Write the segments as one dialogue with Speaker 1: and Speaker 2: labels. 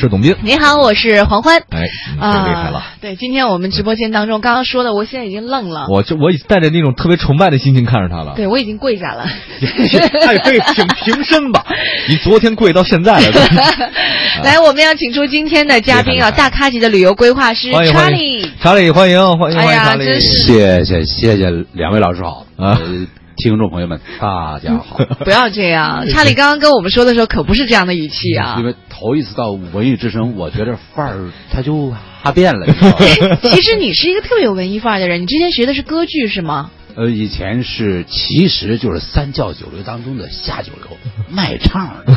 Speaker 1: 是董斌。
Speaker 2: 你好，我是黄欢。
Speaker 1: 哎，你太厉害了！
Speaker 2: 啊对，今天我们直播间当中刚刚说的，我现在已经愣了。
Speaker 1: 我就我已带着那种特别崇拜的心情看着他了。
Speaker 2: 对，我已经跪下了。
Speaker 1: 哎，对，请平身吧。你昨天跪到现在了。对
Speaker 2: 来，我们要请出今天的嘉宾啊，
Speaker 1: 厉害厉害
Speaker 2: 大咖级的旅游规划师
Speaker 1: 欢迎欢
Speaker 2: Charlie
Speaker 1: 迎。查理，欢迎欢迎
Speaker 2: 哎
Speaker 1: 欢迎
Speaker 2: 呀
Speaker 1: 查理。
Speaker 2: 真是
Speaker 3: 谢谢谢谢两位老师好
Speaker 1: 啊
Speaker 3: 呃听众朋友们大家好，
Speaker 2: 不要这样，查理刚刚跟我们说的时候可不是这样的语气啊
Speaker 3: 因。为头一次到文艺之声，我觉得范儿它就哈变了，你知道 吗？
Speaker 2: 哎其实你是一个特别有文艺范儿的人，你之前学的是歌剧 是吗？
Speaker 3: 呃，以前是其实就是三教九流当中的下九流，卖唱 的，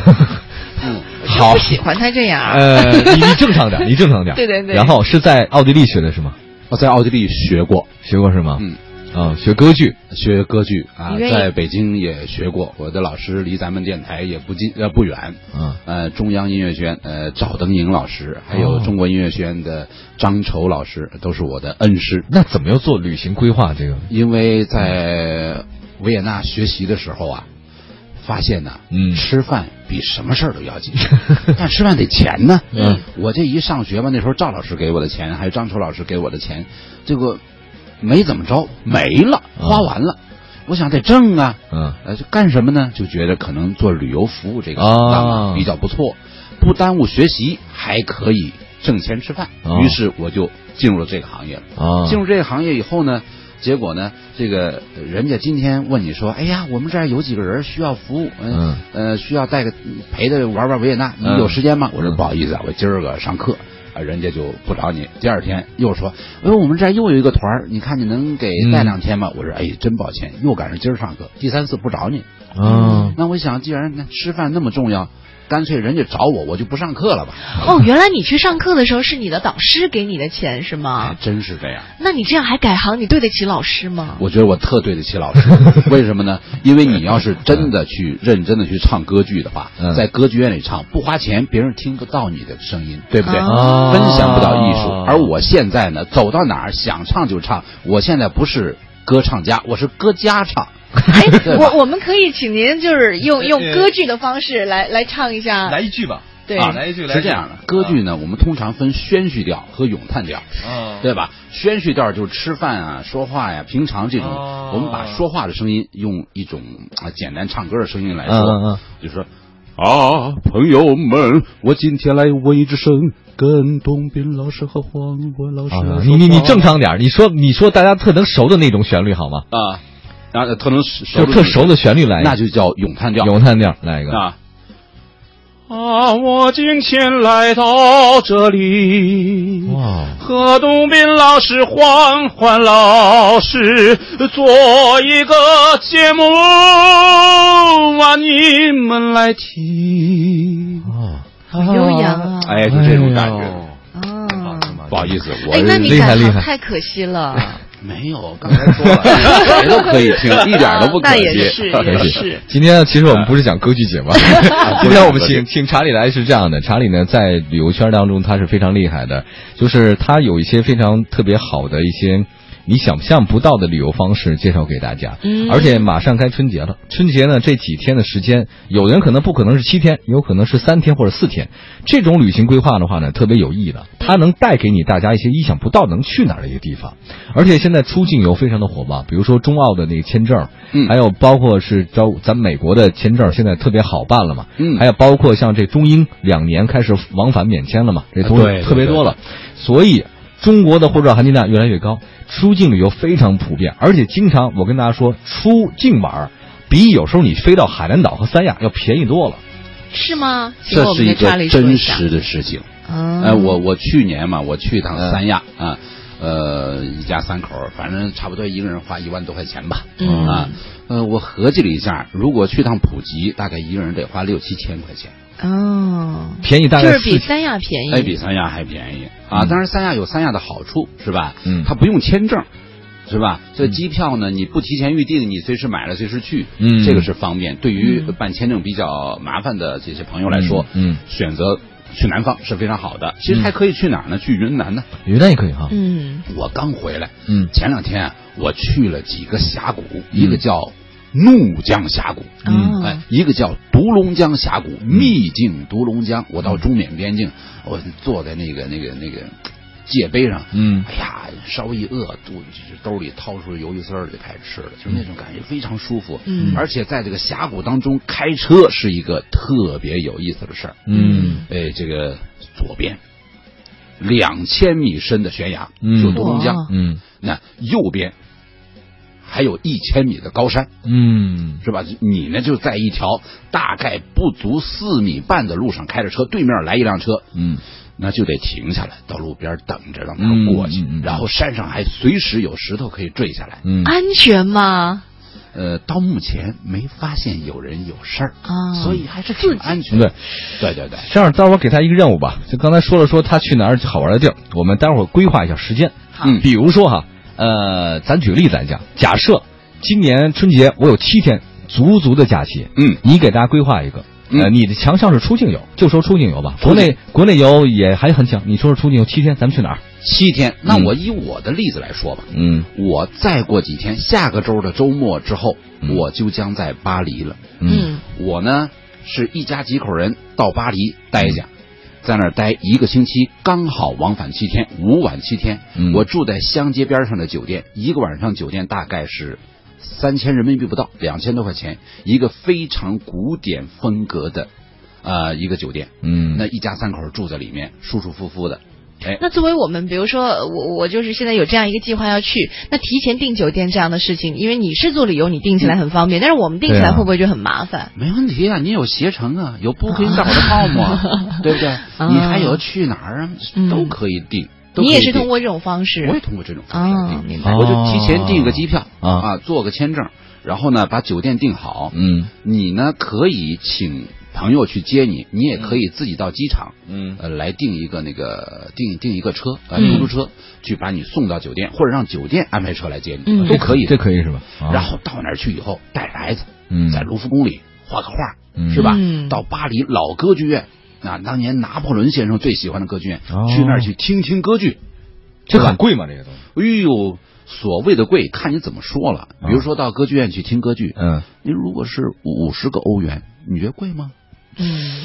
Speaker 3: 嗯，
Speaker 1: 好
Speaker 2: 不喜欢他这样。
Speaker 1: 呃，你你正常点，你正常点。
Speaker 2: 对对对
Speaker 1: 然后是在奥地利学的是吗？
Speaker 3: 我在奥地利学过，
Speaker 1: 学过是吗？
Speaker 3: 嗯。
Speaker 1: 啊，学歌剧。
Speaker 3: 学歌剧啊
Speaker 2: 你愿，意
Speaker 3: 在北京也学过，我的老师离咱们电台也不近呃不远，
Speaker 1: 嗯
Speaker 3: 呃中央音乐学院呃赵登颖老师，还有
Speaker 1: 哦
Speaker 3: 中国音乐学院的张筹老师都是我的恩师，
Speaker 1: 那怎么又做旅行规划这个？
Speaker 3: 因为在维也纳学习的时候啊，发现呢、
Speaker 1: 嗯
Speaker 3: 吃饭比什么事儿 都要紧，但吃饭得钱呢。
Speaker 1: 嗯，
Speaker 3: 我这一上学吧，那时候赵老师给我的钱，还有张楚老师给我的钱，这个没怎么着，没了，
Speaker 1: 啊
Speaker 3: 花完了。我想得挣啊，
Speaker 1: 嗯，
Speaker 3: 呃，就干什么呢？就觉得可能做旅游服务这个
Speaker 1: 啊
Speaker 3: 当比较不错，不耽误学习，还可以挣钱吃饭。
Speaker 1: 哦
Speaker 3: 于是我就进入了这个行业了。
Speaker 1: 啊，
Speaker 3: 进入这个行业以后呢，结果呢，这个呃人家今天问你说，哎呀，我们这儿有几个人需要服务，嗯呃，需要带个陪着玩玩维也纳，你
Speaker 1: 嗯
Speaker 3: 有时间吗？我说
Speaker 1: 嗯
Speaker 3: 不好意思啊，我今儿个上课。啊，人家就不找你。第二天又说，哎呦，我们这儿又有一个团儿，你看你能给带两天
Speaker 1: 嗯
Speaker 3: 吗？我说，哎，真抱歉，又赶上今儿上课，第三次不找你。
Speaker 1: 啊，
Speaker 2: 嗯
Speaker 3: 那我想，既然那吃饭那么重要，干脆人家找我，我就不上课了吧？
Speaker 2: 哦，原来你去上课的时候是你的导师给你的钱是
Speaker 3: 还
Speaker 1: 啊哎
Speaker 2: 吗？
Speaker 3: 哎真是这样。
Speaker 2: 那你这样还改行，你对得起老师吗？
Speaker 3: 我觉得我特对得起老 师，为什么呢？因为你要是真的去认真的去唱歌剧的话，
Speaker 1: 嗯
Speaker 3: 在歌剧院里唱，不花钱，别人听不到你的声音，对不对？
Speaker 2: 啊
Speaker 3: 分享不到艺术。
Speaker 1: 啊
Speaker 3: 而我现在呢，走到哪儿想唱就唱，我现在不是歌唱家，我是歌家唱。
Speaker 2: 哎
Speaker 3: 对，吧
Speaker 2: 我我们可以请您就是用用
Speaker 1: 呃
Speaker 2: 歌剧的方式来来唱一下，
Speaker 1: 一句吧。
Speaker 2: 对
Speaker 3: 啊
Speaker 1: 哎来一句来一句
Speaker 3: 是这样的，歌剧呢，我们通常分宣叙调和咏叹调。
Speaker 1: 啊
Speaker 3: 对吧？宣叙调就是吃饭啊、说话呀、平常这种，
Speaker 1: 哦
Speaker 3: 我们把说话的声音用一种啊简单唱歌的声音来说，
Speaker 1: 嗯嗯
Speaker 3: 就说啊，朋友们，我今天来文艺之声，跟董斌老师和黄渤老师、
Speaker 1: 啊，你你你正常点儿，你说你说大家特能熟的那种旋律好吗？
Speaker 3: 啊，啊，可能是
Speaker 1: 就特熟哎的旋律来一个，
Speaker 3: 那就叫咏叹调
Speaker 1: 咏叹调来一个。
Speaker 3: 啊。啊！我今天来到这里，
Speaker 1: 哇，
Speaker 3: 和东斌老师、黄欢老师做一个节目啊，你们来听。
Speaker 1: 哦，
Speaker 2: 好悠扬啊！
Speaker 3: 哎，就这种感觉。
Speaker 2: 啊，
Speaker 3: 不好意思，我
Speaker 2: 哎，那你
Speaker 1: 厉害
Speaker 2: 改
Speaker 1: 厉
Speaker 2: 行
Speaker 1: 害
Speaker 2: 太可惜 了，
Speaker 3: 没有，刚才说了，哎谁 都可以听，一点都不可
Speaker 2: 那
Speaker 3: 惜。
Speaker 2: 也 是也是。
Speaker 1: 今天其实我们不是讲歌剧节 目，啊今天我们请请查理来是这样的，查理呢在旅游圈当中他是非常厉害的，就是他有一些非常特别好的一些你想象不到的旅游方式介绍给大家，
Speaker 2: 嗯
Speaker 1: 而且马上该春节了，春节呢这几天的时间，有的人可能不可能是七天，有可能是三天或者四天，这种旅行规划的话呢特别有意义的，它能带给你大家一些意想不到能去哪儿的一个地方，而且现在出境游非常的火爆，比如说中澳的那个签证，
Speaker 3: 嗯
Speaker 1: 还有包括是招咱美国的签证现在特别好办了嘛，
Speaker 3: 嗯
Speaker 1: 还有包括像这中英两年开始往返免签了嘛，这东
Speaker 3: 啊对
Speaker 1: 西
Speaker 3: 对
Speaker 1: 特别多了，所以中国的护照含金量越来越高，出境旅游非常普遍，而且经常我跟大家说，出境玩儿比有时候你飞到海南岛和三亚要便宜多了。
Speaker 2: 是吗？请
Speaker 3: 这
Speaker 2: 我
Speaker 3: 是
Speaker 2: 们
Speaker 3: 一
Speaker 2: 的查
Speaker 3: 个
Speaker 2: 理说
Speaker 3: 真
Speaker 2: 一下。
Speaker 3: 实的事情。
Speaker 2: 嗯
Speaker 3: 呃，我我去年嘛，我去趟三亚啊，呃，一家三口儿，反正差不多一个人花一万多块钱吧，
Speaker 2: 嗯
Speaker 3: 啊，呃，我合计了一下，如果去趟普吉，大概一个人得花六七千块钱，
Speaker 2: 哦，
Speaker 3: 啊
Speaker 1: 便宜大
Speaker 2: 就
Speaker 1: 概
Speaker 2: 是比
Speaker 1: 四
Speaker 2: 三亚便宜。
Speaker 3: 哎，比三亚还便宜啊！
Speaker 1: 嗯
Speaker 3: 当然，三亚有三亚的好处，是吧？
Speaker 1: 嗯
Speaker 3: 它不用签证。是吧？这机票呢，你不提前预定，你随时买了随时去，
Speaker 1: 嗯
Speaker 3: 这个是方便。对于办签证比较麻烦的这些朋友来说，
Speaker 1: 嗯嗯
Speaker 3: 选择去南方是非常好的。其实还可以去哪儿呢？去云南呢。
Speaker 1: 云南也可以哈，
Speaker 2: 嗯，
Speaker 3: 我刚回来，
Speaker 1: 嗯
Speaker 3: 前两天啊，我去了几个峡谷，一个叫怒江峡谷。
Speaker 1: 嗯
Speaker 2: 哦
Speaker 3: 哎，一个叫独龙江峡谷，秘境独龙江。我到中缅边境，我坐在那个那个那个界碑上，
Speaker 1: 嗯
Speaker 3: 哎呀，稍一饿，肚就是兜里掏出鱿鱼丝儿就开始吃了，就是那种感觉非常舒服。
Speaker 2: 嗯
Speaker 3: 而且在这个峡谷当中开车是一个特别有意思的事儿。
Speaker 1: 嗯
Speaker 3: 哎，这个左边两千米深的悬崖，
Speaker 1: 嗯
Speaker 3: 就独龙江。
Speaker 2: 哇
Speaker 1: 嗯
Speaker 3: 那右边还有一千米的高山，
Speaker 1: 嗯
Speaker 3: 是吧？你呢就在一条大概不足四米半的路上开着车，对面来一辆车，
Speaker 1: 嗯，
Speaker 3: 那就得停下来，到路边等着让他过去。
Speaker 1: 嗯嗯嗯
Speaker 3: 然后山上还随时有石头可以坠下来。
Speaker 1: 嗯
Speaker 2: 安全吗？
Speaker 3: 呃，到目前没发现有人有事儿，
Speaker 2: 啊，
Speaker 3: 所以还是挺安全的。对对对，
Speaker 1: 这样，待会儿给他一个任务吧。就刚才说了说他去哪儿好玩的地儿，我们待会儿规划一下时间。
Speaker 2: 好
Speaker 1: 比如说哈，呃，咱举个例子来讲，假设今年春节我有七天足足的假期，
Speaker 3: 嗯
Speaker 1: 你给大家规划一个。呃，
Speaker 3: 嗯
Speaker 1: 你的强项是出境游，就说出境游吧。
Speaker 3: 出
Speaker 1: 国
Speaker 3: 境
Speaker 1: 内国内游也还很强，你说说出境游七天，咱们去哪儿？
Speaker 3: 七天。那
Speaker 1: 嗯
Speaker 3: 我以我的例子来说吧，
Speaker 1: 嗯
Speaker 3: 我再过几天，下个周的周末之后，
Speaker 1: 嗯
Speaker 3: 我就将在巴黎了。
Speaker 2: 嗯
Speaker 3: 我呢是一家几口人到巴黎待一下，在那儿待一个星期，刚好往返七天，五晚七天。
Speaker 1: 嗯
Speaker 3: 我住在乡街边上的酒店，一个晚上酒店大概是三千人民币不到，两千多块钱，一个非常古典风格的呃一个酒店。
Speaker 1: 嗯
Speaker 3: 那一家三口住在里面，舒舒服服的。哎，
Speaker 2: 那作为我们，比如说呃我我就是现在有这样一个计划要去，那提前订酒店这样的事情，因为你是做旅游，你订起来很方便，但是我们订起
Speaker 1: 嗯对
Speaker 2: 来
Speaker 1: 啊
Speaker 2: 会不会就很麻烦？
Speaker 3: 没问题啊，你有携程啊，有 Booking 大伙的 泡沫啊，对不对？你还有去哪儿啊，
Speaker 2: 嗯
Speaker 3: 都可以订。都可
Speaker 2: 你
Speaker 3: 以
Speaker 2: 也是
Speaker 3: 订
Speaker 2: 通过这种方式？
Speaker 3: 我也通过这种方式来
Speaker 2: 哦，
Speaker 3: 订，
Speaker 2: 明白。
Speaker 1: 哦
Speaker 3: 我就提前订个机票
Speaker 1: 啊
Speaker 3: 啊，做个签证，然后呢把酒店订好。
Speaker 1: 嗯
Speaker 3: 你呢可以请朋友去接你，你
Speaker 2: 嗯
Speaker 3: 也可以自己到机场，
Speaker 1: 嗯
Speaker 3: 呃，来订一个那个订订一个车，呃，
Speaker 2: 嗯
Speaker 3: 出租车去把你送到酒店，或者让酒店安排车来接你，
Speaker 2: 嗯
Speaker 3: 都可以
Speaker 1: 这。可以是吧？啊
Speaker 3: 然后到哪儿去以后，带着孩子
Speaker 1: 嗯
Speaker 3: 在卢浮宫里画个画，
Speaker 1: 嗯
Speaker 3: 是吧
Speaker 2: 嗯？
Speaker 3: 到巴黎老歌剧院。啊，当年拿破仑先生最喜欢的歌剧院，
Speaker 1: 哦
Speaker 3: 去那儿去听听歌剧，
Speaker 1: 这很贵吗？这个东西？
Speaker 3: 哎呦，所谓的贵，看你怎么说了。比如说到歌剧院去听歌剧，
Speaker 1: 嗯，
Speaker 3: 你如果是五十个欧元，你觉得贵吗？
Speaker 2: 嗯，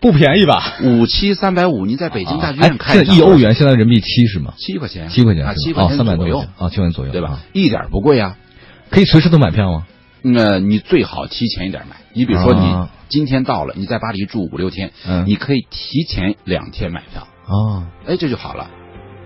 Speaker 1: 不便宜吧？
Speaker 3: 五七三百五，你在北京大剧
Speaker 1: 哎
Speaker 3: 院看
Speaker 1: 这
Speaker 3: 场
Speaker 1: 一欧元现在人民币七是吗？
Speaker 3: 七块钱，
Speaker 1: 七块钱
Speaker 3: 啊，七
Speaker 1: 是
Speaker 3: 块
Speaker 1: 吧哦，
Speaker 3: 钱
Speaker 1: 三百多块
Speaker 3: 左右
Speaker 1: 钱，啊，七元左右
Speaker 3: 对吧
Speaker 1: 啊？
Speaker 3: 一点不贵啊。
Speaker 1: 可以随时都买票吗？
Speaker 3: 那你最好提前一点买。你比如说，你
Speaker 1: 啊
Speaker 3: 今天到了，你在巴黎住五六天，
Speaker 1: 嗯
Speaker 3: 你可以提前两天买票，
Speaker 1: 啊
Speaker 3: 哎，这就好了。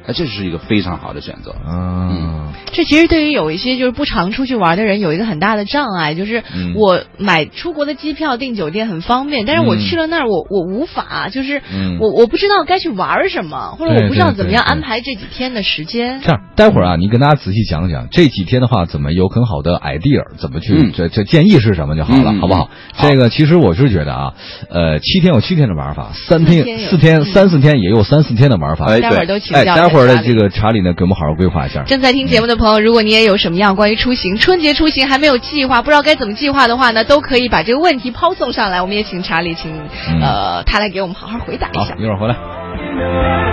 Speaker 3: 哎，这是一个非常好的选择。嗯
Speaker 1: 啊，
Speaker 2: 这其实对于有一些就是不常出去玩的人有一个很大的障碍，就是
Speaker 1: 嗯
Speaker 2: 我买出国的机票订酒店很方便，但是我去了那儿我我无法，就是
Speaker 1: 嗯
Speaker 2: 我我不知道该去玩什么，或者
Speaker 1: 对
Speaker 2: 我不知道怎么
Speaker 1: 对
Speaker 2: 样
Speaker 1: 对对
Speaker 2: 安排这几天的时间
Speaker 1: 这。样，待会儿啊，你跟大家仔细讲讲这几天的话，怎么有很好的 idea，怎么去、
Speaker 3: 嗯
Speaker 1: 这这建议是什么就好了，
Speaker 3: 嗯嗯
Speaker 1: 好不好？
Speaker 3: 好
Speaker 1: 这个其实我是觉得啊，呃，七天有七天的玩法，三
Speaker 2: 四天
Speaker 1: 天
Speaker 2: 有
Speaker 1: 四天
Speaker 2: 嗯
Speaker 1: 三四天也有三四天的玩法。
Speaker 3: 哎
Speaker 2: 待会儿都请
Speaker 1: 哎，
Speaker 2: 教。
Speaker 1: 待会儿的这。个查理呢，给我们好好规划一下。
Speaker 2: 正在听节目的朋友，如果你也有什么样关于出行，春节出行还没有计划，不知道该怎么计划的话呢，都可以把这个问题抛送上来，我们也请查理，请
Speaker 1: 嗯
Speaker 2: 呃他来给我们好好回答一
Speaker 1: 好
Speaker 2: 下，。
Speaker 1: 一会儿回来。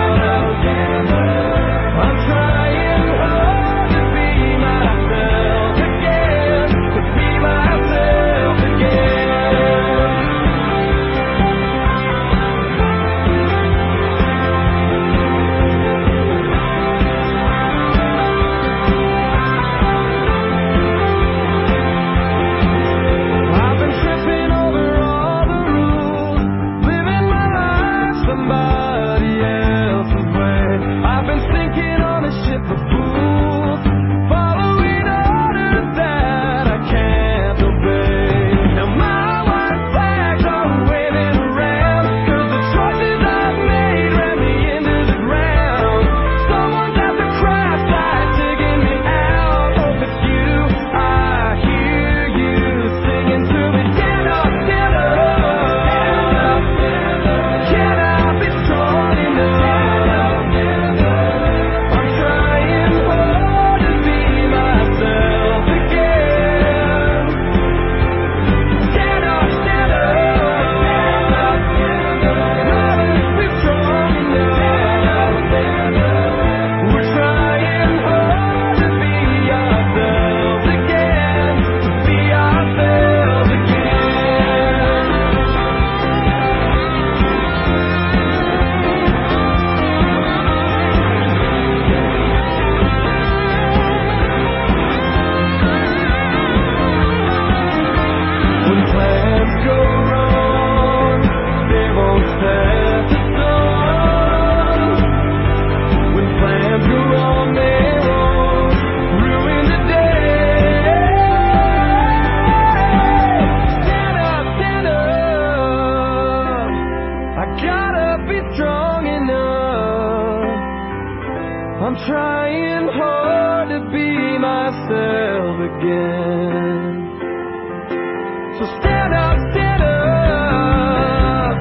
Speaker 4: I've been tripping over all the rules, living my life somebody else's way. Oh, I'm trying hard to be myself again. So stand up, stand up.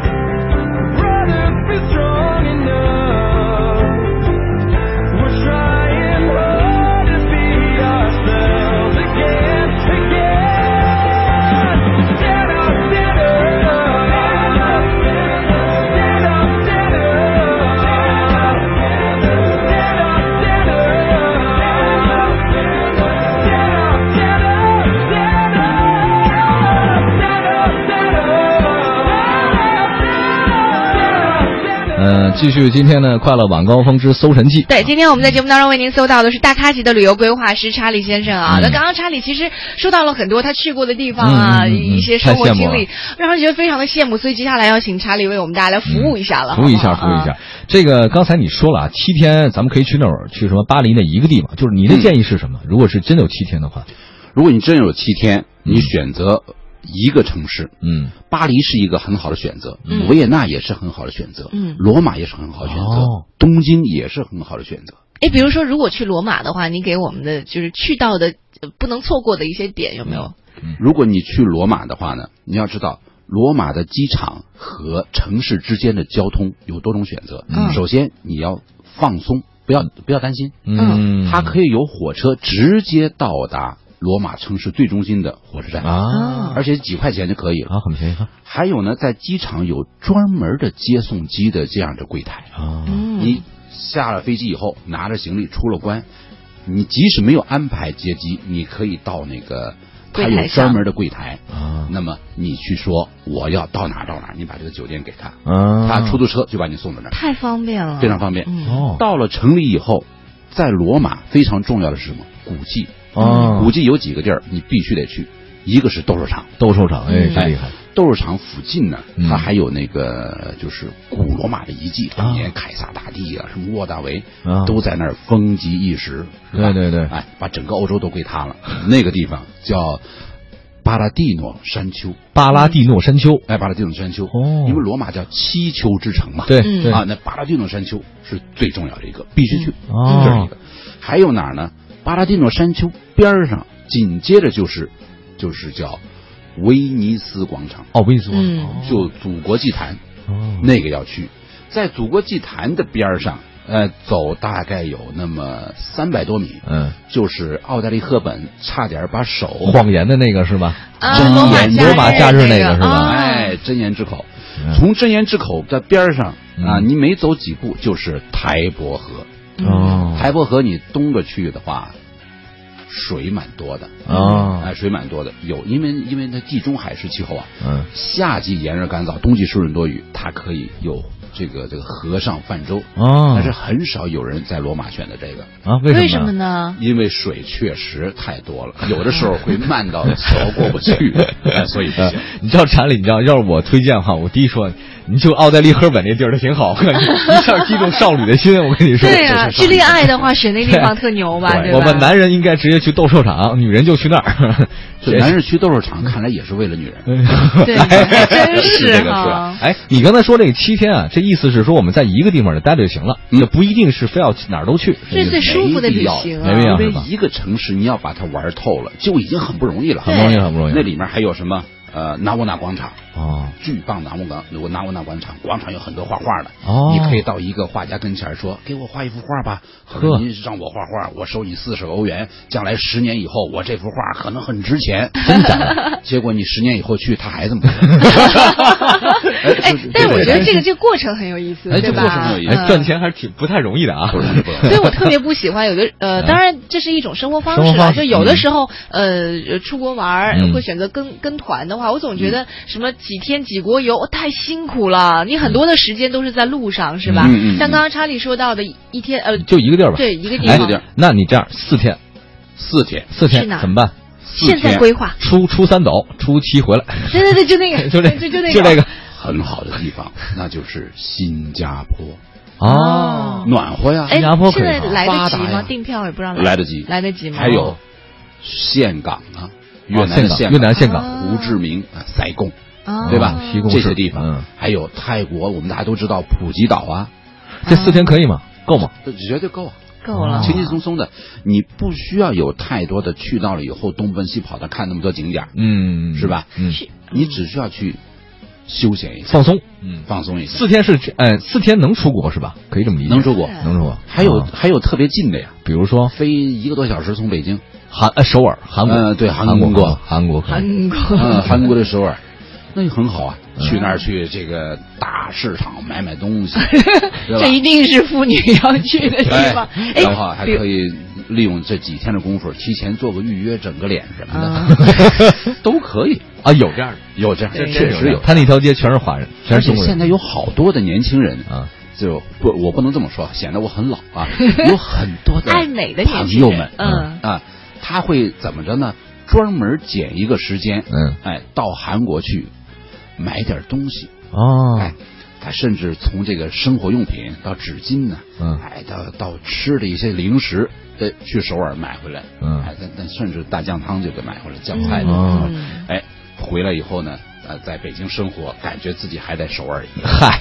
Speaker 4: Brothers, be strong enough. We're trying hard to be ourselves again, again. Stand up, stand up. Stand up, stand up. Stand up, stand up. Stand up, stand up, stand up, stand up, stand up, stand up, stand up, stand up, stand up, stand up, stand up.
Speaker 1: 呃，继续今天的快乐晚高峰之搜神记。
Speaker 2: 对，今天我们在节目当中为您搜到的是大咖级的旅游规划师查理先生啊。
Speaker 1: 嗯
Speaker 2: 那刚刚查理其实说到了很多他去过的地方啊，
Speaker 1: 嗯嗯嗯嗯
Speaker 2: 一些生活
Speaker 1: 太羡慕
Speaker 2: 经历，让人觉得非常的羡慕。所以接下来要请查理为我们大家来服务一下了，
Speaker 1: 服务一下，服
Speaker 2: 好不
Speaker 1: 务
Speaker 2: 好
Speaker 1: 一。下
Speaker 2: 啊。
Speaker 1: 这个刚才你说了啊，七天咱们可以去那儿去什么巴黎那一个地方，就是你的建议是什么？如果是真有七天的话，
Speaker 3: 如果你真有七天，
Speaker 1: 嗯
Speaker 3: 你选择一个城市，
Speaker 1: 嗯，
Speaker 3: 巴黎是一个很好的选择，
Speaker 2: 嗯
Speaker 3: 维也纳也是很好的选择，
Speaker 2: 嗯
Speaker 3: 罗马也是很好的选择，
Speaker 1: 哦
Speaker 3: 东京也是很好的选择。
Speaker 2: 哎，比如说，如果去罗马的话，你给我们的就是去到的呃不能错过的一些点有没有？
Speaker 3: 如果你去罗马的话呢，你要知道罗马的机场和城市之间的交通有多种选择。
Speaker 2: 嗯
Speaker 3: 首先你要放松，不要不要担心，
Speaker 2: 嗯
Speaker 3: 它
Speaker 1: 以
Speaker 3: 可以有火车直接到达罗马城市最中心的火车站，
Speaker 1: 啊
Speaker 3: 而且几块钱就可以了。
Speaker 1: 啊，很便宜哈
Speaker 3: 还有呢，在机场有专门的接送机的这样的柜台，
Speaker 1: 啊，
Speaker 2: 嗯
Speaker 3: 你下了飞机以后拿着行李出了关，你即使没有安排接机，你可以到那个它
Speaker 2: 柜台
Speaker 3: 有
Speaker 2: 上
Speaker 3: 专门的柜台
Speaker 1: 啊
Speaker 3: 那么你去说我要到哪儿到哪儿，你把这个酒店给他，
Speaker 1: 啊，
Speaker 3: 他出租车就把你送到那儿，
Speaker 2: 太方便了，
Speaker 3: 非常方便。
Speaker 2: 嗯
Speaker 1: 哦
Speaker 3: 到了城里以后，在罗马非常重要的是什么？古迹。
Speaker 1: 啊，
Speaker 3: 古迹有几个地儿你必须得去，一个是斗兽场，
Speaker 1: 斗兽场，哎，
Speaker 2: 嗯
Speaker 1: 真厉害，
Speaker 3: 斗兽场附近呢
Speaker 1: 嗯，
Speaker 3: 它还有那个就是古罗马的遗迹，当
Speaker 1: 啊
Speaker 3: 年凯撒大帝啊，什么沃大维
Speaker 1: 啊
Speaker 3: 都在那儿风极一时，是吧
Speaker 1: 对对对
Speaker 3: 哎，把整个欧洲都归他了。那个地方叫巴拉蒂诺山丘，
Speaker 1: 巴拉蒂诺山丘，
Speaker 3: 哎，巴拉蒂诺山丘，
Speaker 1: 哦
Speaker 3: 因为罗马叫七丘之城嘛，
Speaker 1: 对
Speaker 2: 嗯
Speaker 1: 对
Speaker 3: 啊，那巴拉蒂诺山丘是最重要的一个，必须去，
Speaker 1: 嗯哦
Speaker 3: 这是一个。还有哪儿呢？巴拉蒂诺山丘边儿上，紧接着就是就是叫威尼斯广场，
Speaker 1: 哦，威尼斯，
Speaker 2: 嗯
Speaker 3: 就祖国祭坛，
Speaker 1: 哦
Speaker 3: 那个要去，在祖国祭坛的边儿上，呃，走大概有那么三百多米，
Speaker 1: 嗯，
Speaker 3: 就是奥黛丽·赫本差点把手
Speaker 1: 谎言的那个是吧？
Speaker 2: 啊，
Speaker 3: 真
Speaker 2: 罗马
Speaker 3: 言
Speaker 1: 呃罗马假
Speaker 2: 日
Speaker 1: 日
Speaker 2: 那
Speaker 1: 那个是吧
Speaker 2: 啊
Speaker 3: 哎，真言之口
Speaker 1: 嗯，
Speaker 3: 从真言之口的边儿上啊，
Speaker 1: 嗯
Speaker 3: 你每走几步就是台伯
Speaker 1: 哦
Speaker 3: 河。
Speaker 2: 嗯
Speaker 3: 台伯河你东着去的话，水蛮多的
Speaker 1: 啊
Speaker 3: 哎，，水蛮多的。有，因为因为它地中海式气候啊，
Speaker 1: 嗯，
Speaker 3: 夏季炎热干燥，冬季湿润多雨，它可以有这个这个河上泛舟。
Speaker 1: 哦
Speaker 3: 但是很少有人在罗马选择这个，
Speaker 1: 啊，
Speaker 2: 为
Speaker 1: 为
Speaker 2: 什
Speaker 1: 什
Speaker 2: 么
Speaker 1: 么呢？
Speaker 2: 呢？
Speaker 3: 因为水确实太多了，有的时候会漫到 桥过不去，哎 所以不
Speaker 1: 呃
Speaker 3: 行。，
Speaker 1: 你知道查理，你知道，要是我推荐的话，我第一说，你就奥黛丽·赫本那地儿，它挺好， 一下击中少女的心。我跟你说，
Speaker 2: 对啊，
Speaker 1: 就是
Speaker 2: 去恋爱的话，选那地方特牛吧，
Speaker 1: 对
Speaker 2: 吧？
Speaker 1: 我们男人应该直接去斗兽场，女人就去那儿。
Speaker 3: 这 男人去斗兽场，看来也是为了女
Speaker 1: 嗯
Speaker 3: 人。
Speaker 2: 对，还真
Speaker 3: 是
Speaker 2: 是
Speaker 3: 这个是
Speaker 2: 哈。
Speaker 1: 哎，你刚才说这个七天啊，这意思是说我们在一个地方就待着就行了，
Speaker 3: 嗯
Speaker 1: 也不一定是非要哪儿都去。
Speaker 2: 这是最舒服的旅行啊
Speaker 1: 没必要
Speaker 3: 因
Speaker 1: 是
Speaker 3: 为
Speaker 1: 吧？
Speaker 3: 一个城市你要把它玩透了，就已经很不容易了。
Speaker 1: 很不容易，很不容易。
Speaker 3: 那里面还有什么？呃，拿沃纳广场，
Speaker 1: 哦，
Speaker 3: 巨棒拿沃纳，我拿沃纳广场，广场有很多画画的。
Speaker 1: 哦
Speaker 3: 你可以到一个画家跟前儿说：“给我画一幅画吧。”他
Speaker 1: 呵
Speaker 3: 说：“您让我画画，我收你四十欧元，将来十年以后，我这幅画可能很 值钱。”真的？ 结果你十年以后去，他还这么干。
Speaker 2: 哎
Speaker 3: 哎，
Speaker 2: 但是我觉得这个这个过程很有意思，
Speaker 3: 哎
Speaker 2: 对
Speaker 3: 这个过程
Speaker 2: 吧
Speaker 3: 很有意？思
Speaker 1: 哎，
Speaker 2: 嗯
Speaker 1: 赚。钱还是挺不太容易的啊
Speaker 3: 不。容易不容易
Speaker 2: 所以我特别不喜欢有的呃，
Speaker 1: 嗯
Speaker 2: 当然这是一种生活方
Speaker 1: 生
Speaker 2: 式
Speaker 1: 活
Speaker 2: 啦。
Speaker 1: 方式
Speaker 2: 就有的时候呃，出国玩儿
Speaker 1: 嗯
Speaker 2: 会选择跟跟团的话，我总
Speaker 3: 嗯
Speaker 2: 觉得什么几天几国游哦太辛苦了，你很多的时间都是在路上，是吧
Speaker 3: 嗯嗯？嗯
Speaker 2: 像刚刚查理说到的一天呃，
Speaker 1: 就一个地儿吧。
Speaker 2: 对一个地
Speaker 1: 哎
Speaker 2: 方，
Speaker 1: 那你这样四天，
Speaker 3: 四天，
Speaker 1: 四
Speaker 2: 去
Speaker 1: 天
Speaker 2: 哪儿
Speaker 1: 怎么办？
Speaker 2: 现在规划，
Speaker 1: 初初三走，初七回来，
Speaker 2: 对对对，就那 个，
Speaker 1: 就这，
Speaker 2: 就就那个，
Speaker 1: 这个
Speaker 3: 很好的地方，那就是新加坡，
Speaker 2: 哦
Speaker 3: 暖和呀。
Speaker 2: 哎
Speaker 1: 新加坡，可
Speaker 2: 现
Speaker 1: 以吧
Speaker 2: 在来得及
Speaker 3: 发达
Speaker 2: 吗？
Speaker 3: 呀
Speaker 2: 订票也不知道
Speaker 3: 来得及
Speaker 2: 来得及吗？
Speaker 3: 还有岘港啊，越南
Speaker 1: 哦岘港
Speaker 3: 的岘港，
Speaker 1: 越南岘
Speaker 2: 啊
Speaker 1: 港
Speaker 3: 胡志明啊，塞贡，
Speaker 2: 哦
Speaker 3: 对吧？
Speaker 1: 西贡市
Speaker 3: 这些地方，
Speaker 1: 嗯
Speaker 3: 还有泰国，我们大家都知道普吉岛啊，
Speaker 1: 这四天可以吗？够吗？
Speaker 3: 这绝对够啊！
Speaker 2: 够了。
Speaker 3: 轻轻松松的，你不需要有太多的去到了以后东奔西跑的看那么多景点儿，
Speaker 1: 嗯，
Speaker 3: 是吧？
Speaker 1: 嗯，
Speaker 2: 是
Speaker 3: 你只需要去休闲一下，
Speaker 1: 放松，嗯，
Speaker 3: 放松一下。
Speaker 1: 四天是这，呃，四天能出国是吧？可以这么理解，
Speaker 3: 能出国
Speaker 2: 是
Speaker 1: 能出国。
Speaker 3: 还有
Speaker 1: 啊
Speaker 3: 还有特别近的呀，
Speaker 1: 比如说
Speaker 3: 飞一个多小时从北京，
Speaker 1: 韩呃首尔，韩国，
Speaker 3: 呃对
Speaker 1: 韩
Speaker 3: 韩
Speaker 1: 国
Speaker 3: 国，
Speaker 1: 韩国可以，
Speaker 2: 韩 国，
Speaker 3: 嗯，韩国的首 尔，那就很好啊，
Speaker 2: 嗯
Speaker 3: 去那儿去这个大市场买买 东西，
Speaker 2: 这一
Speaker 3: 对吧？
Speaker 2: 定是妇女要去的地方。
Speaker 3: 哎，
Speaker 2: 哎
Speaker 3: 然后还
Speaker 2: 比如
Speaker 3: 可以利用这几天的功夫，提前做个预约，整个脸什么
Speaker 2: 啊
Speaker 3: 的， 都可以。
Speaker 1: 啊，有这样的，
Speaker 3: 有这样，
Speaker 2: 对
Speaker 3: 确实有。
Speaker 1: 他那条街全是华人，全
Speaker 3: 而
Speaker 1: 是
Speaker 3: 且
Speaker 1: 中国人。
Speaker 3: 现在有好多的年轻人
Speaker 1: 啊，
Speaker 3: 就不，我不能这么说，显得我很老 啊。有很多的
Speaker 2: 爱美的年
Speaker 3: 朋
Speaker 2: 轻人
Speaker 3: 友们，
Speaker 2: 嗯
Speaker 3: 啊，他会怎么着呢？专门捡一个时间，
Speaker 1: 嗯，
Speaker 3: 哎，到韩国去买点东西，
Speaker 1: 哦
Speaker 3: 哎，，他甚至从这个生活用品到纸巾呢，
Speaker 1: 嗯
Speaker 3: 哎，到到吃的一些零食，呃，去首尔买回来，
Speaker 1: 嗯
Speaker 3: 哎，但但甚至大酱汤就给买回来，酱菜的，
Speaker 1: 哦
Speaker 2: 嗯
Speaker 3: 哎，回来以后呢，呃，在北京生活，感觉自己还在首尔一样，
Speaker 1: 嗨，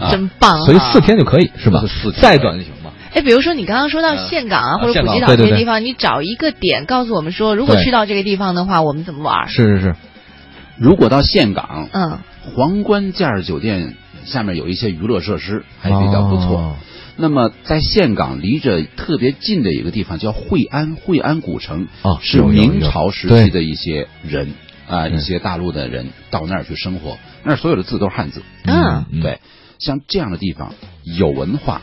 Speaker 3: 啊
Speaker 2: 真棒啊！
Speaker 1: 所以四天就可以是吧
Speaker 3: 就是四？天
Speaker 1: 再短就行吧。
Speaker 2: 哎，比如说你刚刚说到
Speaker 3: 呃
Speaker 2: 岘港啊，
Speaker 1: 啊
Speaker 2: 或者
Speaker 1: 岘
Speaker 2: 普
Speaker 1: 港
Speaker 2: 吉岛
Speaker 1: 对
Speaker 2: 这
Speaker 1: 对
Speaker 2: 些
Speaker 1: 对
Speaker 2: 地方，你找一个点告诉我们说，如果
Speaker 1: 对
Speaker 2: 去到这个地方的话，我们怎么玩儿？
Speaker 1: 是是是，
Speaker 3: 如果到岘港，
Speaker 2: 嗯，
Speaker 3: 皇冠假日酒店下面有一些娱乐设施，还比较不错。
Speaker 1: 哦
Speaker 3: 那么在岘港离着特别近的一个地方叫惠安，惠安古城
Speaker 1: 哦
Speaker 3: 是
Speaker 1: 有有有
Speaker 3: 明朝时期
Speaker 1: 对
Speaker 3: 的一些人啊、
Speaker 1: 嗯
Speaker 3: 一些大陆的人到那儿去生活，那儿所有的字都是汉字。
Speaker 2: 嗯
Speaker 1: 嗯
Speaker 3: 对，像这样的地方有文化，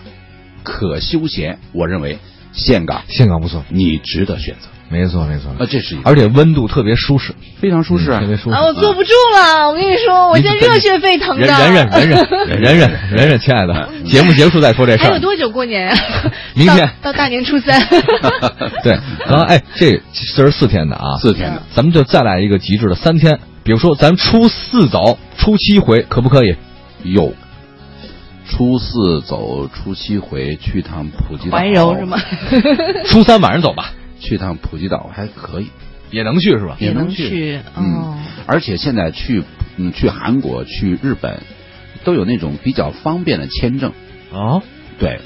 Speaker 3: 可休闲，我认为岘港
Speaker 1: 岘港不错，
Speaker 3: 你值得选择。
Speaker 1: 没错没错
Speaker 3: 啊，，这是一
Speaker 1: 嗯
Speaker 3: 个
Speaker 1: 而且温度特别舒适，
Speaker 3: 非常舒适啊
Speaker 1: 嗯特。别舒适
Speaker 2: 啊，。我坐不住了，我跟你说，我现在热血沸腾的。嗯
Speaker 1: 忍忍忍忍忍忍忍忍忍，亲 爱的，节目结束再说这事
Speaker 2: 还
Speaker 1: 儿。
Speaker 2: 有多久过年呀、
Speaker 1: 明天
Speaker 2: 到到大年初三。
Speaker 1: 对，然后哎，这这是四天的啊，
Speaker 3: 四天的，
Speaker 1: 咱们就再来一个极致的三天。比如说，咱初四走，初七回，可不可以？
Speaker 3: 有。初四走，初七回，去趟普吉岛。
Speaker 2: 怀柔是吗？
Speaker 1: 初三晚上走 吧，
Speaker 3: 去趟普吉岛还可以，
Speaker 1: 也能去是吧？
Speaker 2: 也能
Speaker 3: 去
Speaker 2: 去哦
Speaker 3: 嗯，而且现在去嗯去韩国、去日本，都有那种比较方便的签证。
Speaker 1: 哦，
Speaker 3: 对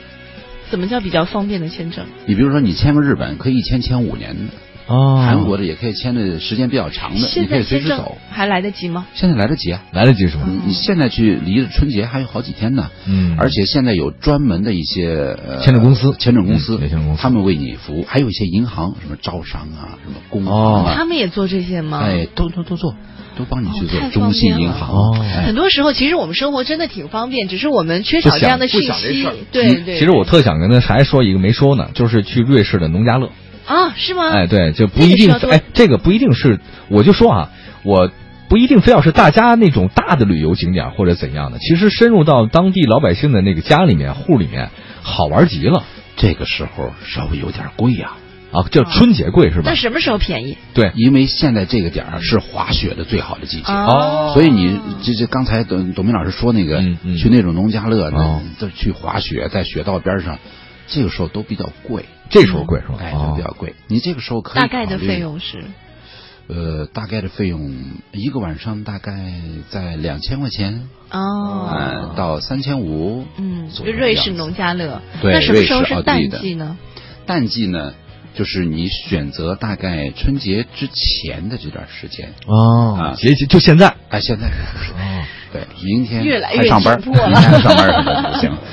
Speaker 2: 怎么叫比较方便的签证？
Speaker 3: 你比如说，你签个日本可以签签五年的，
Speaker 1: 哦
Speaker 3: 韩国的也可以签的时间比较长的，你
Speaker 2: 现
Speaker 3: 可
Speaker 2: 在
Speaker 3: 以随
Speaker 2: 签
Speaker 3: 时
Speaker 2: 证
Speaker 3: 走。
Speaker 2: 还来得及吗？
Speaker 3: 现在来得及啊！
Speaker 1: 来得及是吧？
Speaker 3: 你你现在去离着春节还有好几天呢，
Speaker 1: 嗯
Speaker 3: 而且现在有专门的一些、呃、
Speaker 1: 签证公司
Speaker 3: 签证公司
Speaker 1: 嗯，有签证公司
Speaker 3: 他们为你服务，还有一些银行，什么招商啊，什么工行啊，
Speaker 2: 他们也做这些吗？
Speaker 3: 哎，都都都做，都帮你去做
Speaker 2: 哦太。方
Speaker 3: 中信
Speaker 2: 便
Speaker 3: 银
Speaker 2: 了
Speaker 3: 行，
Speaker 1: 哦
Speaker 3: 哎
Speaker 2: 很多时候，其实我们生活真的挺方便，只是我们缺少这样的
Speaker 3: 不
Speaker 2: 信
Speaker 3: 想
Speaker 2: 息
Speaker 3: 不想这事儿。
Speaker 2: 对对。
Speaker 1: 其实我特想跟那还说一个没说呢，就是去瑞士的农家乐。
Speaker 2: 啊，是吗？
Speaker 1: 哎，对，就不
Speaker 2: 那个
Speaker 1: 一定
Speaker 2: 是要多
Speaker 1: 哎，这个不一定是，我就说啊，我不一定非要是大家那种大的旅游景点或者怎样的，其实深入到当地老百姓的那个家里面、户里面，好玩极了
Speaker 3: 这个时候稍微有点贵呀、
Speaker 1: 啊！叫春节贵是吧
Speaker 2: 那？什么时候便宜？
Speaker 1: 对，
Speaker 3: 因为现在这个点儿是滑雪的最好的季节，
Speaker 2: 哦
Speaker 3: 所以你这这刚才董董明老师说那个、
Speaker 1: 嗯嗯
Speaker 3: 去那种农家乐，
Speaker 1: 哦
Speaker 3: 那就去滑雪，在雪道边上，这个时候都比较贵，
Speaker 1: 这时候贵是吧？
Speaker 3: 哎，都
Speaker 1: 哦
Speaker 3: 比较贵。你这个时候可以
Speaker 2: 大概的
Speaker 3: 考虑
Speaker 2: 费，用是
Speaker 3: 呃，大概的费用一个晚上大概在两千块钱，呃
Speaker 2: 哦，，
Speaker 3: 到三千五，
Speaker 2: 嗯，
Speaker 3: 左
Speaker 2: 就
Speaker 3: 右的
Speaker 2: 瑞
Speaker 3: 样
Speaker 2: 士
Speaker 3: 子
Speaker 2: 农家乐。
Speaker 3: 对
Speaker 2: 那什么时候
Speaker 3: 瑞
Speaker 2: 是
Speaker 3: 士奥
Speaker 2: 淡
Speaker 3: 地利的
Speaker 2: 季呢？
Speaker 3: 淡季呢，就是你选择大概春节之前的这段时间。
Speaker 1: 哦
Speaker 3: 啊，
Speaker 1: 节气就现在
Speaker 3: 哎，现在
Speaker 1: 哦
Speaker 3: 对，明天
Speaker 2: 越来
Speaker 3: 还
Speaker 2: 越
Speaker 3: 上班，
Speaker 2: 紧
Speaker 3: 明
Speaker 2: 迫了
Speaker 3: 天还上班什么的不行。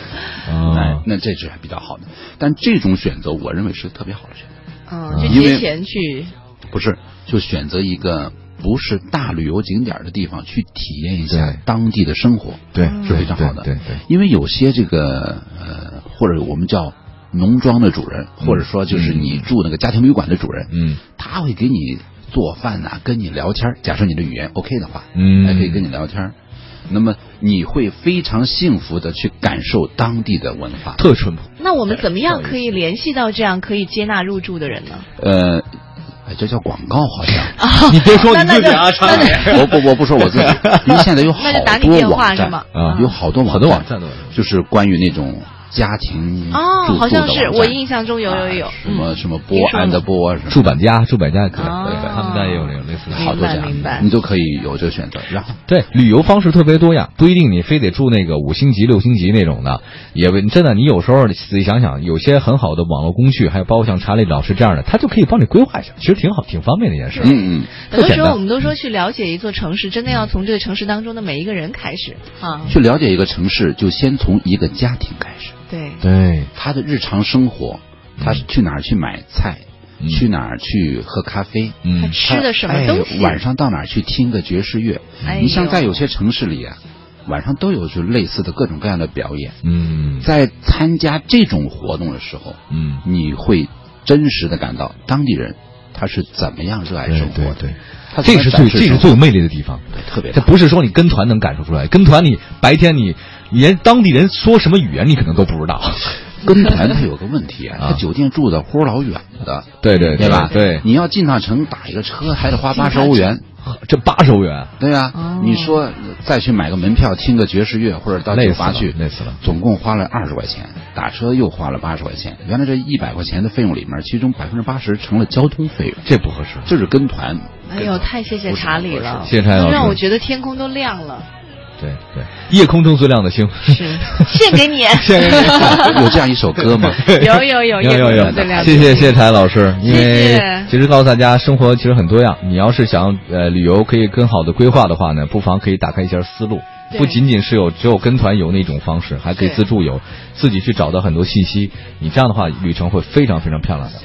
Speaker 3: 哎
Speaker 1: 哦，，
Speaker 3: 那这是还比较好的，但这种选择我认为是特别好的选择，
Speaker 2: 嗯，就
Speaker 3: 因为
Speaker 2: 节前去。
Speaker 3: 不是就选择一个不是大旅游景点的地方去体验一下
Speaker 1: 对
Speaker 3: 当地的生活，
Speaker 1: 对
Speaker 3: 嗯是非常好的。
Speaker 1: 对对对
Speaker 3: 因为有些这个呃，或者我们叫农庄的主人，或者说就是你住那个家庭旅馆的主人，
Speaker 1: 嗯，
Speaker 3: 他会给你做饭呐、跟你聊天儿。假设你的语言 OK 的话，
Speaker 1: 嗯
Speaker 3: 还可以跟你聊天儿。那么你会非常幸福的去感受当地的文化。
Speaker 1: 特淳朴。
Speaker 2: 那我们怎么样可以联系到这样可以接纳入住的人呢？
Speaker 3: 呃，哎这叫广告 好像。
Speaker 1: 你别说
Speaker 2: 哦那
Speaker 1: 你自己啊，
Speaker 2: 那
Speaker 1: 常姐，
Speaker 3: 我不我不说我 自己，因为现在有好
Speaker 2: 那就打你
Speaker 3: 多
Speaker 2: 电话
Speaker 3: 网
Speaker 2: 是
Speaker 3: 站
Speaker 2: 吗嗯
Speaker 1: 啊
Speaker 3: 有好多
Speaker 1: 很多网站都有
Speaker 3: 就是关于那种家庭
Speaker 2: 哦
Speaker 3: 嗯住，
Speaker 2: 好像是
Speaker 3: 住的网站
Speaker 2: 我印象中有有有
Speaker 3: 啊什么
Speaker 2: 嗯
Speaker 3: 什么哎波安的波，啊什么
Speaker 1: 住板家、住板家也可以，
Speaker 2: 哦
Speaker 1: 对他们家也有那种类似的。
Speaker 3: 好多家
Speaker 2: 明白明白，
Speaker 3: 你都可以有这个选择。然后
Speaker 1: 对，旅游方式特别多样，不一定你非得住那个五星级、六星级那种的，也为真的，你有时候仔细想想，有些很好的网络工具，还有包括像查理老师这样的，他就可以帮你规划一下，其实挺好，挺方便的一件事。
Speaker 3: 嗯嗯，
Speaker 2: 很
Speaker 1: 特
Speaker 2: 多
Speaker 1: 简
Speaker 2: 时候我
Speaker 1: 单。
Speaker 2: 们都说去了解一座城市，真的要从这个城市当中的每一个人开始啊。
Speaker 3: 去了解一个城市，就先从一个家庭开始，
Speaker 2: 对，
Speaker 1: 对，
Speaker 3: 他的日常生活，他是去哪儿去买菜，
Speaker 1: 嗯
Speaker 3: 去哪儿去喝咖啡，
Speaker 2: 他
Speaker 1: 嗯，
Speaker 2: 吃的什么东西？
Speaker 3: 哎晚上到哪儿去听个爵士乐？
Speaker 2: 哎呦
Speaker 3: 你像在有些城市里啊，晚上都有就类似的各种各样的表演。
Speaker 1: 嗯，
Speaker 3: 在参加这种活动的时候，
Speaker 1: 嗯，
Speaker 3: 你会真实的感到当地人他是怎么样热爱
Speaker 1: 对
Speaker 3: 生活
Speaker 1: 对
Speaker 3: 的，
Speaker 1: 对，
Speaker 3: 他怎
Speaker 1: 这
Speaker 3: 么
Speaker 1: 是
Speaker 3: 展
Speaker 1: 最这
Speaker 3: 示
Speaker 1: 是
Speaker 3: 生活
Speaker 1: 最有魅力的地方。
Speaker 3: 对特别
Speaker 1: 这
Speaker 3: 大。
Speaker 1: 不是说你跟团能感受出来，跟团你白天你连当地人说什么语言你可能都不知道。
Speaker 3: 跟团他有个问题啊，
Speaker 1: 啊
Speaker 3: 他酒店住的齁老远的，
Speaker 1: 对对
Speaker 3: 对吧？
Speaker 1: 对，
Speaker 3: 你要进趟城打一个车还得花
Speaker 2: 进
Speaker 3: 八
Speaker 2: 趟
Speaker 3: 十欧元。
Speaker 1: 这八十欧元，
Speaker 3: 对啊，
Speaker 2: 哦
Speaker 3: 你说呃再去买个门票听个爵士乐，或者到酒吧去，
Speaker 1: 累死了累死了
Speaker 3: 总共花了二十块钱，打车又花了八十块钱。原来这一百块钱的费用里面，其中百分之八十成了交通费用，
Speaker 1: 这不合适。
Speaker 3: 这是跟团。
Speaker 2: 哎呦，太谢谢查理了，
Speaker 1: 谢谢查理老师
Speaker 2: 让我觉得天空都亮了。
Speaker 1: 对对，夜空中最亮的星。
Speaker 2: 是，献给你。
Speaker 1: 献给你。
Speaker 3: 有这样一首 歌吗？
Speaker 2: 有有
Speaker 1: 有
Speaker 2: 有
Speaker 1: 有
Speaker 2: 夜
Speaker 1: 有
Speaker 2: 空最亮，的
Speaker 1: 谢谢谢谢台老师，因
Speaker 2: 谢
Speaker 1: 为
Speaker 2: 谢
Speaker 1: 其实告诉大家，生活其实很多样。你要是想呃旅游，可以更好的规划的话呢，不妨可以打开一下思路，
Speaker 2: 对
Speaker 1: 不仅仅是有只有跟团游那种方式，还可以
Speaker 2: 对
Speaker 1: 自助游，自己去找到很多信息。你这样的话，旅程会非常非常漂亮的。